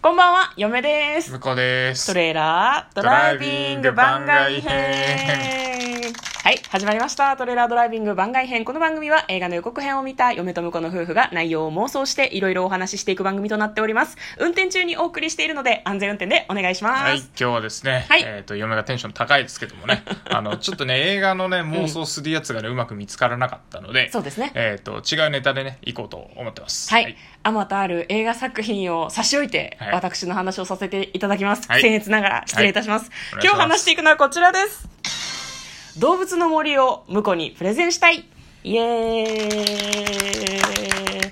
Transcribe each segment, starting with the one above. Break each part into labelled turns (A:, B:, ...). A: こんばんは、嫁です。
B: 向こうです
A: ト。レーラードライビング番外
B: ドライビング番
A: 編。はい、始まりました。トレーラードライビング番外編。この番組は映画の予告編を見た嫁と婿の夫婦が内容を妄想していろいろお話ししていく番組となっております。運転中にお送りしているので安全運転でお願いします。
B: はい、今日はですね、
A: はい
B: えっ、と、嫁がテンション高いですけど もね、あの、ちょっとね、映画のね、妄想するやつがね、うまく見つからなかったので、
A: そうですね
B: えっ、と、違うネタでね、行こうと思ってます。
A: はい。あまたある映画作品を差し置いて、
B: はい
A: 私の話をさせていただきます。
B: はい
A: 僭越ながら失礼いたします。
B: はいお願いし
A: 今
B: ます
A: 日話していくのはこちらです。動物の森を婿にプレゼンしたい。イエーイ。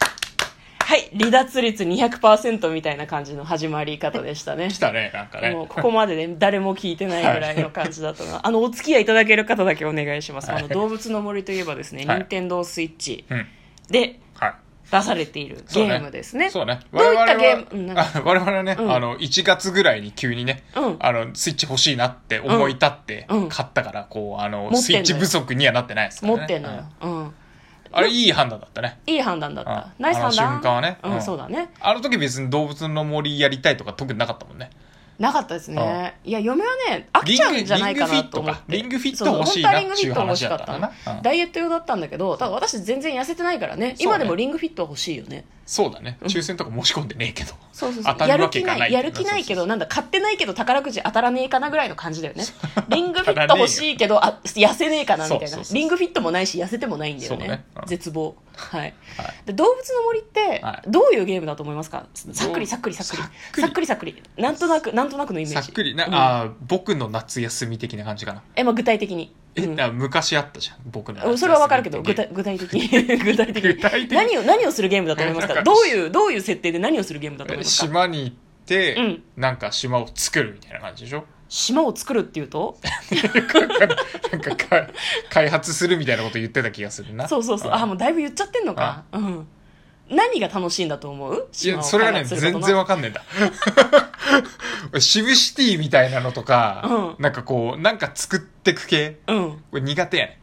A: はい。離脱率200%みたいな感じの始まり方でしたね。
B: 来たね、なんかね。
A: もうここまでね誰も聞いてないぐらいの感じだったな、 あのお付き合いいただける方だけお願いします、
B: はい
A: あの動物の森といえばですね、
B: はい
A: 任天堂スイッチ
B: うん。
A: で
B: はい。
A: 出されているゲ
B: そう
A: ームですね。
B: そうね。
A: どういったゲー
B: 我々は
A: ムうんなんか
B: あ我々はね、
A: うん
B: あの、1月ぐらいに急にね、
A: うん
B: あの、スイッチ欲しいなって思い立って
A: うんうん、
B: 買ったから、こう、あの、
A: 持ってんのよ
B: スイッチ不足にはなってないですから
A: 持
B: ね。
A: ってんのよ
B: う。
A: うん。
B: あれ、いい判断だったね。
A: いい判断だった。
B: うん
A: ナイス判断。
B: あの瞬間はね
A: うん、
B: うん
A: そうだね。
B: あの時別に動物の森やりたいとか特になかったもんね。
A: なかったですね。いや、嫁はね、飽きちゃうんじゃないかなと思って。
B: リングフィットかリングフィット欲しい
A: そ
B: な
A: う本当はリングフィット欲しかっ
B: ってい
A: た
B: う話だった
A: な。
B: なうん
A: ダイエット用だったんだけど、ただ私全然痩せてないからね、
B: そうね
A: 今でもリングフィットは欲しいよね。
B: そうだね。
A: ん
B: 抽選とか申し込んでねえけど。
A: そうそうそう
B: 当た
A: や
B: る
A: る
B: わ
A: 気
B: け
A: な
B: がない
A: いやる気ないけどなんだ買ってないけど宝くじ当たらねえかなぐらいの感じだよねリングフィット欲しいけどあ痩せねえかなみたい
B: そうそ
A: な
B: うそう
A: リングフィットもないし痩せてもないんだよね
B: そうねうん
A: 絶望はい
B: はい
A: で動物の森って
B: はい
A: どういうゲームだと思いますかさっくりさっくりさっくりさ
B: さ
A: っ
B: っ
A: く
B: く
A: りさっくりなんとなくなんとなくのイメージ
B: さっくり、な、
A: うん
B: あー僕の夏休み的な感じかな。
A: えまあ具体的に
B: え、
A: うん
B: あ昔あったじゃん、僕の夏休
A: う
B: み
A: ん
B: って。
A: それはわかるけど具体具体的に 具体的に
B: 具体的に
A: 何を何をするゲームだと思います
B: な
A: か
B: ん
A: ど
B: か
A: ういうどういう設定で何をするゲームだと思いますか
B: 島に行って、
A: うん
B: なんか島を作るみたいな感じでしょ
A: 島を作るっていうと
B: なんかか開発するみたいなこと言ってた気がするな
A: そうそうそう。
B: ん
A: あ、もうだいぶ言っちゃってんのか。うん。何が楽しいんだと思う
B: いやそれはね全然
A: わ
B: わかんねえんだ俺 シブシティみたいなのとか、
A: うん
B: なんかこうなんか作ってく系
A: うん。
B: これ苦手やね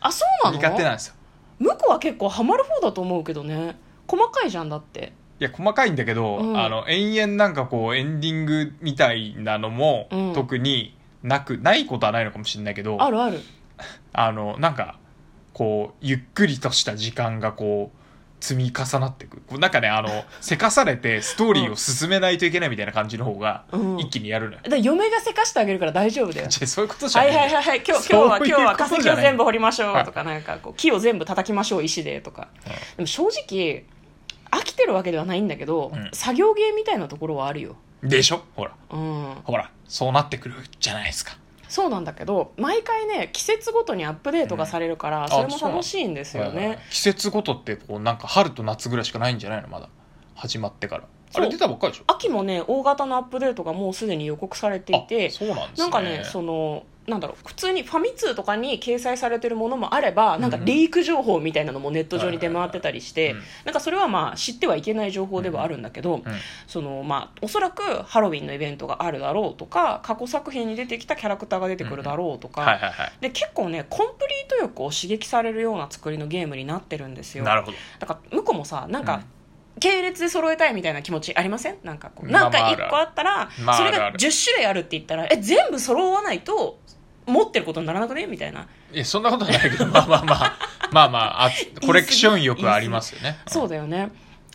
A: あ、そうなの
B: 苦手なんですよ
A: 向こうは結構ハマる方だと思うけどね。細かいじゃんだって。
B: いや細かいんだけど、
A: うん
B: あの延々なんかこうエンディングみたいなのも、
A: うん
B: 特になくないことはないのかもしれないけど
A: あるある。
B: あのなんかこうゆっくりとした時間がこう積み重なっていくこうなんかね あのせかされてストーリーを進めないといけないみたいな感じの方が
A: うん
B: 一気にやるのよ、
A: だから嫁がせかしてあげるから大丈夫 だよ。
B: じゃあそういうことじゃ
A: は
B: ない
A: いはいはいはい。今日今日は
B: そう
A: 今
B: いう
A: 日
B: こと
A: は化石を全部掘りましょうとか、
B: は
A: なんかこう、木を全部叩きましょう、石でとか。
B: うん
A: でも正直、飽きてるわけではないんだけど、
B: うん
A: 作業芸みたいなところはあるよ。
B: でしょほら
A: うん。
B: ほらそうなってくるじゃないですか
A: そうなんだけど毎回ね季節ごとにアップデートがされるから、
B: ん
A: それも楽しいんですよね
B: 季節ごとってこうなんか春と夏ぐらいしかないんじゃないのまだ始まってからあ
A: そう
B: れ出たばっかりでしょ
A: 秋もね大型のアップデートがもうすでに予告されていて
B: あそうなんですね
A: なんかねそのなんだろう普通にファミ通とかに掲載されてるものもあればなんか
B: うん
A: リーク情報みたいなのもネット上に出回ってたりして、
B: はいはいはい
A: なんかそれはまあ知ってはいけない情報ではあるんだけど、
B: うん
A: そのまあ、おそらくハロウィンのイベントがあるだろうとか過去作品に出てきたキャラクターが出てくるだろうとか、
B: はいはいは
A: で結構ねコンプリート欲を刺激されるような作りのゲームになってるんです
B: い
A: よ
B: なるほど
A: だから向こうもさなんか、
B: うん
A: 系列で揃えたいみたいな気持ちありませんなんかこう
B: ま
A: な
B: あ
A: んか
B: まあある
A: 1個あったら、
B: まあ
A: それ
B: ある
A: が
B: ある
A: 10種類あるって言ったらえ全部揃わないと持ってることにならなくねみたいない
B: やそんなことはないけど まあまあまあまあまああコレクション欲はありますよね
A: そうだよね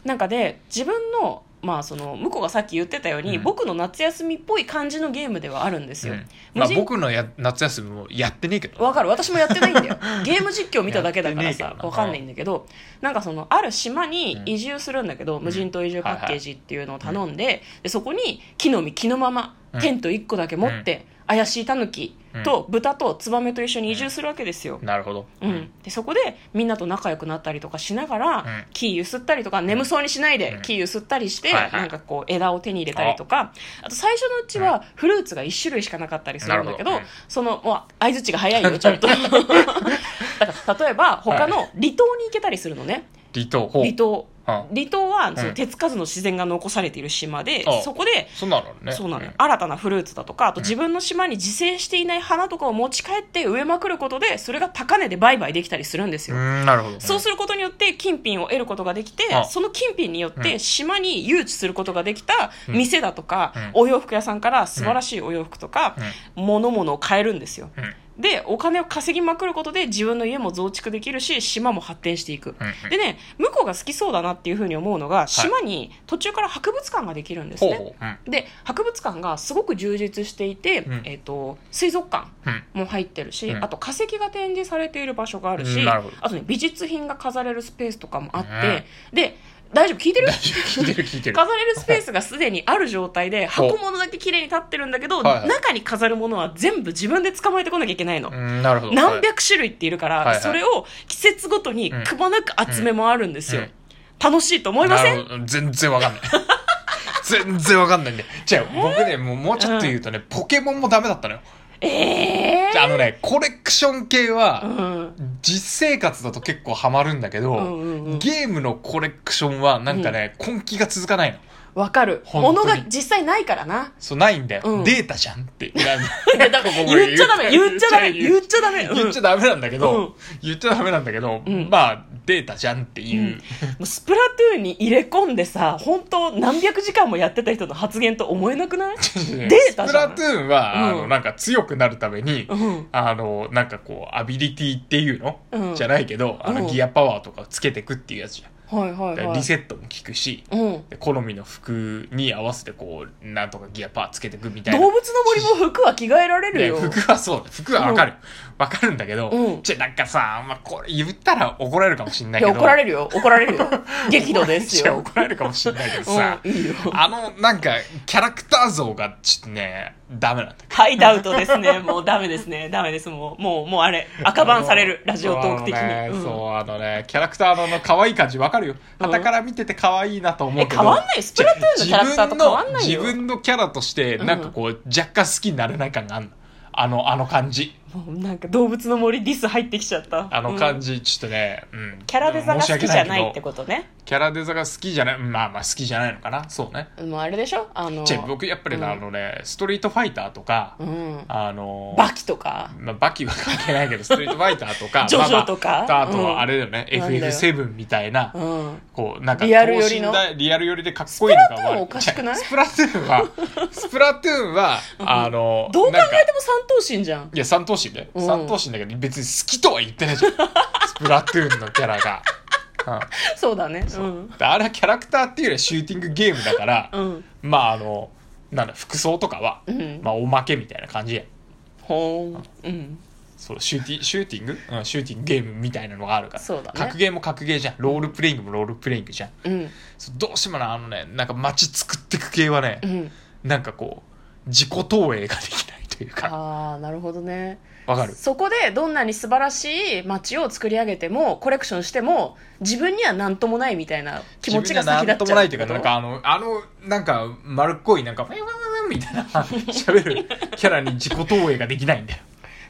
A: なんかで自分のまあその向こうがさっき言ってたように、
B: うん
A: 僕の夏休みっぽい感じのゲームではあるんですよ、
B: うんま
A: 無
B: あ、
A: 人
B: 僕のや夏休みもやってねえけど
A: わかる私もやってないんだ よゲーム実況見ただけだから
B: やっ
A: さ
B: てねえけど
A: わ
B: な
A: かんないんだけどなんかそのある島に
B: うん
A: 移住するんだけど、無人島移住パッケージっていうのを頼んで,、でそこに木の実木のまま
B: うん
A: テント1個だけ持って、怪しいタヌキと豚とツバメと一緒に移住するわけですよ、
B: なるほど、
A: うんでそこでみんなと仲良くなったりとかしながら、
B: うん
A: 木ゆすったりとか眠そうにしないで、
B: うん
A: 木ゆすったりして、
B: はいはい
A: なんかこう枝を手に入れたりとかあと最初のうちはフルーツが1種類しかなかったりするんだけど
B: なるほどうん
A: そのもう相づちが早いよち ょっとだから例えば他の離島に行けたりするのね、
B: 離島ほう
A: 離島
B: は
A: 離島はその
B: うん
A: 手つかずの自然が残されている島で、
B: あ
A: そこで
B: そんなのあるね
A: そうなのよ、
B: ん
A: 新たなフルーツだとかあと自分の島に自生していない花とかを持ち帰って植えまくることでそれが高値で売買できたりするんです
B: う
A: よ、
B: ーんなるほど
A: そうすることによって金品を得ることができて
B: あ
A: その金品によっ
B: う
A: て島に誘致することができた
B: うん
A: 店だとか、
B: う
A: お洋服屋さんから素晴らしいお洋服とか、物々を買えるんですよ
B: うんうん
A: でお金を稼ぎまくることで自分の家も増築できるし島も発展していく
B: うんうん
A: でね向こうが好きそうだなっていうふうに思うのが島に途中から博物館ができるんです
B: ほう
A: ね、
B: ほううん
A: で博物館がすごく充実していて、
B: うん
A: えっと水族館
B: うん
A: も入ってるし、
B: うん
A: あと化石が展示されている場所があるし、
B: うんなるほど
A: あとね美術品が飾れるスペースとかもあって、
B: う
A: で大丈夫聞いてる
B: 大丈夫聞いてる聞いてる
A: 飾れるスペースがすでにある状態で
B: ほう
A: 箱物だけ綺麗に立ってるんだけど、
B: はいはい
A: 中に飾るものは全部自分で捕まえてこなきゃいけないの、
B: うんなるほど
A: 何百種類っているから、
B: はいはい
A: それを季節ごとにくまなく集めもあるんですよ、
B: うんうん
A: 楽しいと思いません
B: なるほど全然 わかんない全然わかんないんでじゃあ僕ねもうもうちょっと言うとね、ポケモンもダメだったのよ
A: え
B: あのねコレクション系
A: ー、う
B: は、
A: ん
B: 実生活だと結構ハマるんだけど、
A: うんうんうん
B: ゲームのコレクションはなんかね、根気が続かないの
A: わかる
B: 本当に
A: 物が実際ないからな
B: そうないんだよ、
A: うん
B: データじゃんってなんか
A: いやだから言っちゃダメ言っちゃダメ言っちゃダメ
B: 言っちゃ
A: ゃ
B: ダメなんだけど、
A: うん
B: 言っちゃダメなんだけど、
A: うん
B: まあデータじゃんっていう、
A: スプラトゥーンに入れ込んでさ本当何百時間もやってた人の発言と思えなく ないデータ
B: スプ
A: じゃ
B: ラ
A: ん
B: トゥーンは、あ
A: う
B: の
A: ん
B: なんか強くなるために、
A: うん
B: あのなんかこうアビリティっていうの、
A: うん
B: じゃないけどあ
A: うん
B: のギアパワーとかをつけてくっていうやつじゃん、
A: はいはい
B: だか
A: は
B: ら
A: い
B: リセットも効くし
A: うん、動
B: で好みの服に合わせてこうなんとかギアパワーつけてくみたい
A: 物
B: な
A: の森も服は着替えられる
B: ね
A: よ
B: 服はそうだ服はわかる、わかるんだけど、
A: うん
B: じゃなんかさ、まあ、これ言ったら怒られるかもしんない
A: い
B: け
A: や
B: ど
A: 怒られるよ怒られるよ 激怒です
B: 違う
A: よ、
B: 怒られるかもしんないけどさ、
A: うん、いいよ
B: あのなんかキャラクター像がちょっとねダメなんだ
A: はいダウトですねもうダメですねダメですもうもうもうあれ赤バンされる
B: あの
A: ラジオトーク的
B: あのね
A: に、うん
B: そうあのねキャラクターのあの可愛い感じわかるよ
A: うん
B: 傍から見てて可愛いなと思う
A: え
B: け
A: 変
B: ど、
A: わんないよスプラトゥーンのキャラクターと変わんない
B: 自
A: よ
B: 分のキャラとしてなんかこう、若干好きになれない感があるのあのあの感じ
A: もうなんか動物の森ディス入ってきちゃった
B: あの
A: う
B: 感
A: ん
B: じ、ちょっとね、うん、
A: キャラデザが好きじゃないって
B: と
A: ことね
B: キャラデザが好きじゃないまあまあ好きじゃないのかなそうね
A: もうあれでしょあの
B: じゃあ僕やっぱりね、
A: うん
B: あのねストリートファイターとか、
A: うん
B: あの
A: バキとか
B: まあ、バキは関係ないけど、ストリートファイターと か、
A: ジョジョとか
B: まあまああ
A: う
B: と
A: ん
B: はあれだよね、
A: なんだよ
B: FF7 みたいな、
A: うん
B: こう、なんか、
A: リアル寄りの
B: 等身大リアル寄りでかっこいいの
A: スプラ
B: が
A: トゥーンおかしくない
B: スプラトゥーンは、 スプラトゥーンは、あの、
A: どう考
B: なんか
A: えても三頭身じゃん
B: いや、三頭身だよ。
A: うん
B: 三頭身だけど、別に好きとは言ってないじゃん。 スプラトゥーンのキャラが。う
A: そうだねうん
B: んであれはキャラクターっていうよりはシューティングゲームだから、
A: うん
B: まあ、あの、なんだ、服装とかは、
A: うん
B: まあ、おまけみたいな感じや。
A: ほーんうん
B: そうシューティシューティング、うん、シューティングゲームみたいなのがあるから
A: そうだね
B: 格ゲーも格ゲーじゃんロールプレイングもロールプレイングじゃん
A: うん
B: そうどうしてもなあのねなんか街作ってく系はね、
A: うん
B: なんかこう自己投影ができないというか
A: ああなるほどね
B: わかる
A: そこでどんなに素晴らしい街を作り上げてもコレクションしても自分には何ともないみたいな気持ちが先立
B: 何
A: っ
B: と
A: ち
B: も
A: ゃ
B: な
A: う
B: いというかなんかあのあのなんか丸っこいなんかファイファイファイみたいな喋るキャラに自己投影ができないんだよ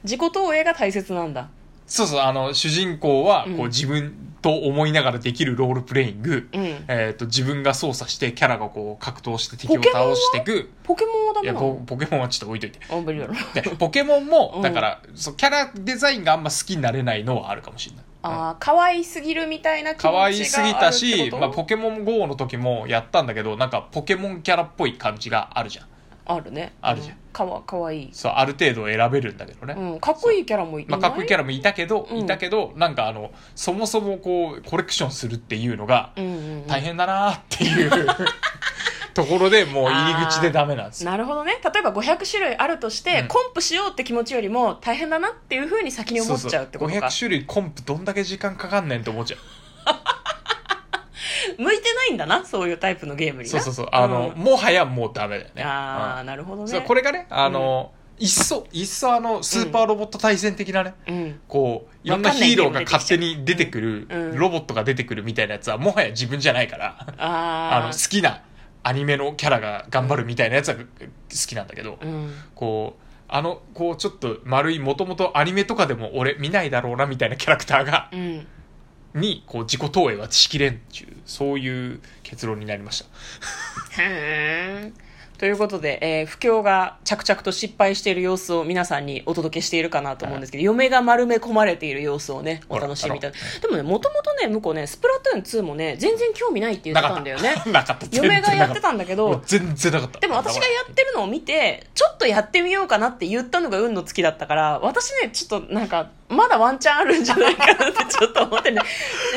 A: 自己投影が大切なんだ
B: そうそうあの主人公はこ
A: う
B: うん自分と思いながらできるロールプレイング、
A: うん
B: えー、と自分が操作してキャラがこう格闘して敵を倒していく
A: ポケモンはダ
B: い
A: メ
B: や
A: な
B: ポ
A: の
B: ポケモンはちょっと置いといて
A: あ無理だろ
B: でポケモンも
A: うん
B: だから、そうキャラデザインがあんま好きになれないのはあるかもしれないうん
A: ああ可愛すぎるみたいな気持ちが
B: 可
A: ある
B: 愛
A: ってこと
B: すぎたし、まあ、ポケモン GO の時もやったんだけどなんかポケモンキャラっぽい感じがあるじゃん
A: あるね
B: あるじゃん
A: うかわかわいい、
B: そうある程度選べるんだけどね、
A: うん、かっこいいキャラもいな
B: まあ、
A: い、
B: かっこいいキャラもいたけど、
A: うん
B: いたけどなんかあのそもそもこうコレクションするっていうのが
A: うんうんうん
B: 大変だなっ ていう、ところでもう入り口でダメなんですよ
A: なるほどね例えば500種類あるとして、
B: うん
A: コンプしようって気持ちよりも大変だなっていうふうに先に思っちゃうってことか
B: 500種類コンプどんだけ時間かかんねんって思っちゃう
A: 向いてないんだなそういうタイプのゲームに
B: そ
A: な
B: うそうそうあの、
A: うん
B: もはやもうダメだよね
A: ああ、
B: うん
A: なるほど
B: そう
A: ね
B: これがねあの、一層一層あのスーパーロボット対戦的なね、
A: うん
B: こういろんなヒーローが勝手に出てく
A: うんうん
B: るロボットが出てくるみたいなやつはもはや自分じゃないからあの
A: ああ
B: 好きなアニメのキャラが頑張るみたいなやつは好きなんだけど、
A: うん
B: こうあのこうちょっと丸いもともとアニメとかでも俺見ないだろうなみたいなキャラクターが
A: うん
B: にこう自己投影はしきれんっていうそういう結論になりました
A: へーということで、えー、不況が着々と失敗している様子を皆さんにお届けしているかなと思うんですけど、嫁が丸め込まれている様子をね、お楽しみいただ
B: あら
A: でもね、もともとね、向こうね、スプラトゥーン2もね、全然興味ないって言っ
B: な
A: て
B: か
A: た
B: っ
A: んだよ
B: た
A: ね。
B: なかった全
A: 嫁
B: 然
A: がやっ
B: なか
A: てたんだけど
B: もう、全然なかった
A: でも私がやってるのを見て、ちょっとやってみようかなって言ったのが運の月だったから、私ね、ちょっとなんか、まだワンチャンあるんじゃないかなってちょっと思ってね。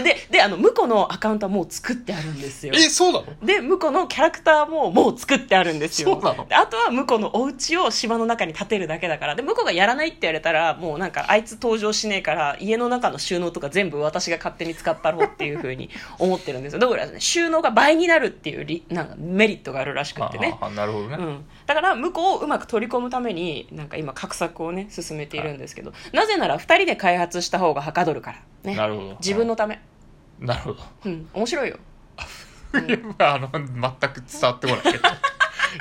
A: で、で、あの、向こうのアカウントはもう作ってあるんですよ。
B: えそうなの
A: で、向こうのキャラクターももう作ってあるんですよ。
B: そうなの
A: であとは向こうのお家を島の中に建てるだけだから。で、向こうがやらないって言われたら、もうなんかあいつ登場しねえから、家の中の収納とか全部私が勝手に使ったろうっていうふうに思ってるんですよ。だからね、収納が倍になるっていうりなんかメリットがあるらしくってね。
B: ああなるほどね、
A: うん、だから向こうをうまく取り込むためになんか今画策をね進めているんですけど、なぜなら2人で開発した方がはかどるから、ね、
B: なるほど
A: 自分のため、
B: なるほど
A: うん、面白いよ
B: いやあの全く伝わってこない けどい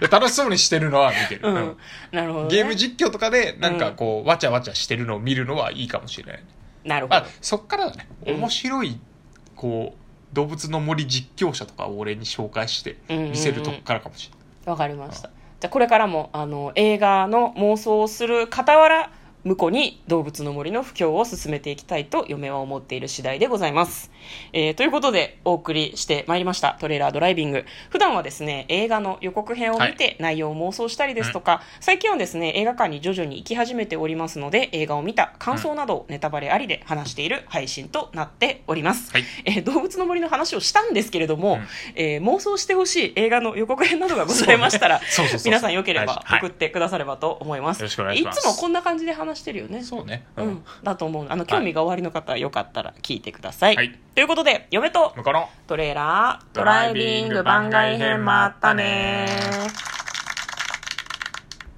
B: や楽しそうにしてるのは見てる、
A: うん、
B: うん
A: なるほど、ね、
B: ゲーム実況とかでなんかこう、わちゃわちゃしてるのを見るのはいいかもしれない、ね、
A: なるほ
B: ま
A: ど、
B: あそっからだね
A: うん
B: 面白い、こう動物の森実況者とかを俺に紹介して
A: うんうんうん
B: 見せるとこからかもしれない、
A: わかりました。じゃあこれからもあの映画の妄想をする傍ら、向こうに動物の森の布教を進めていきたいと嫁は思っている次第でございます。えーということでお送りしてまいりましたトレーラードライビング。普段はですね、映画の予告編を見て内容を妄想したりですとか、最近はですね、映画館に徐々に行き始めておりますので、映画を見た感想などをネタバレありで話している配信となっております。
B: はい
A: えー動物の森の話をしたんですけれども、
B: うん
A: えー妄想してほしい映画の予告編などがございましたら、
B: そうそうそうそう
A: 皆さんよければ
B: はい
A: 送ってくださればと思います。
B: よろしくお願いします
A: つもこんな感じで話してるよね。
B: そうね
A: う、
B: うんん
A: だと思う。あの興味がおありの方はよかったら聞いてください。
B: はい
A: ということで、嫁と
B: 向こうの
A: トレーラード
B: ドライビング番外編まったねー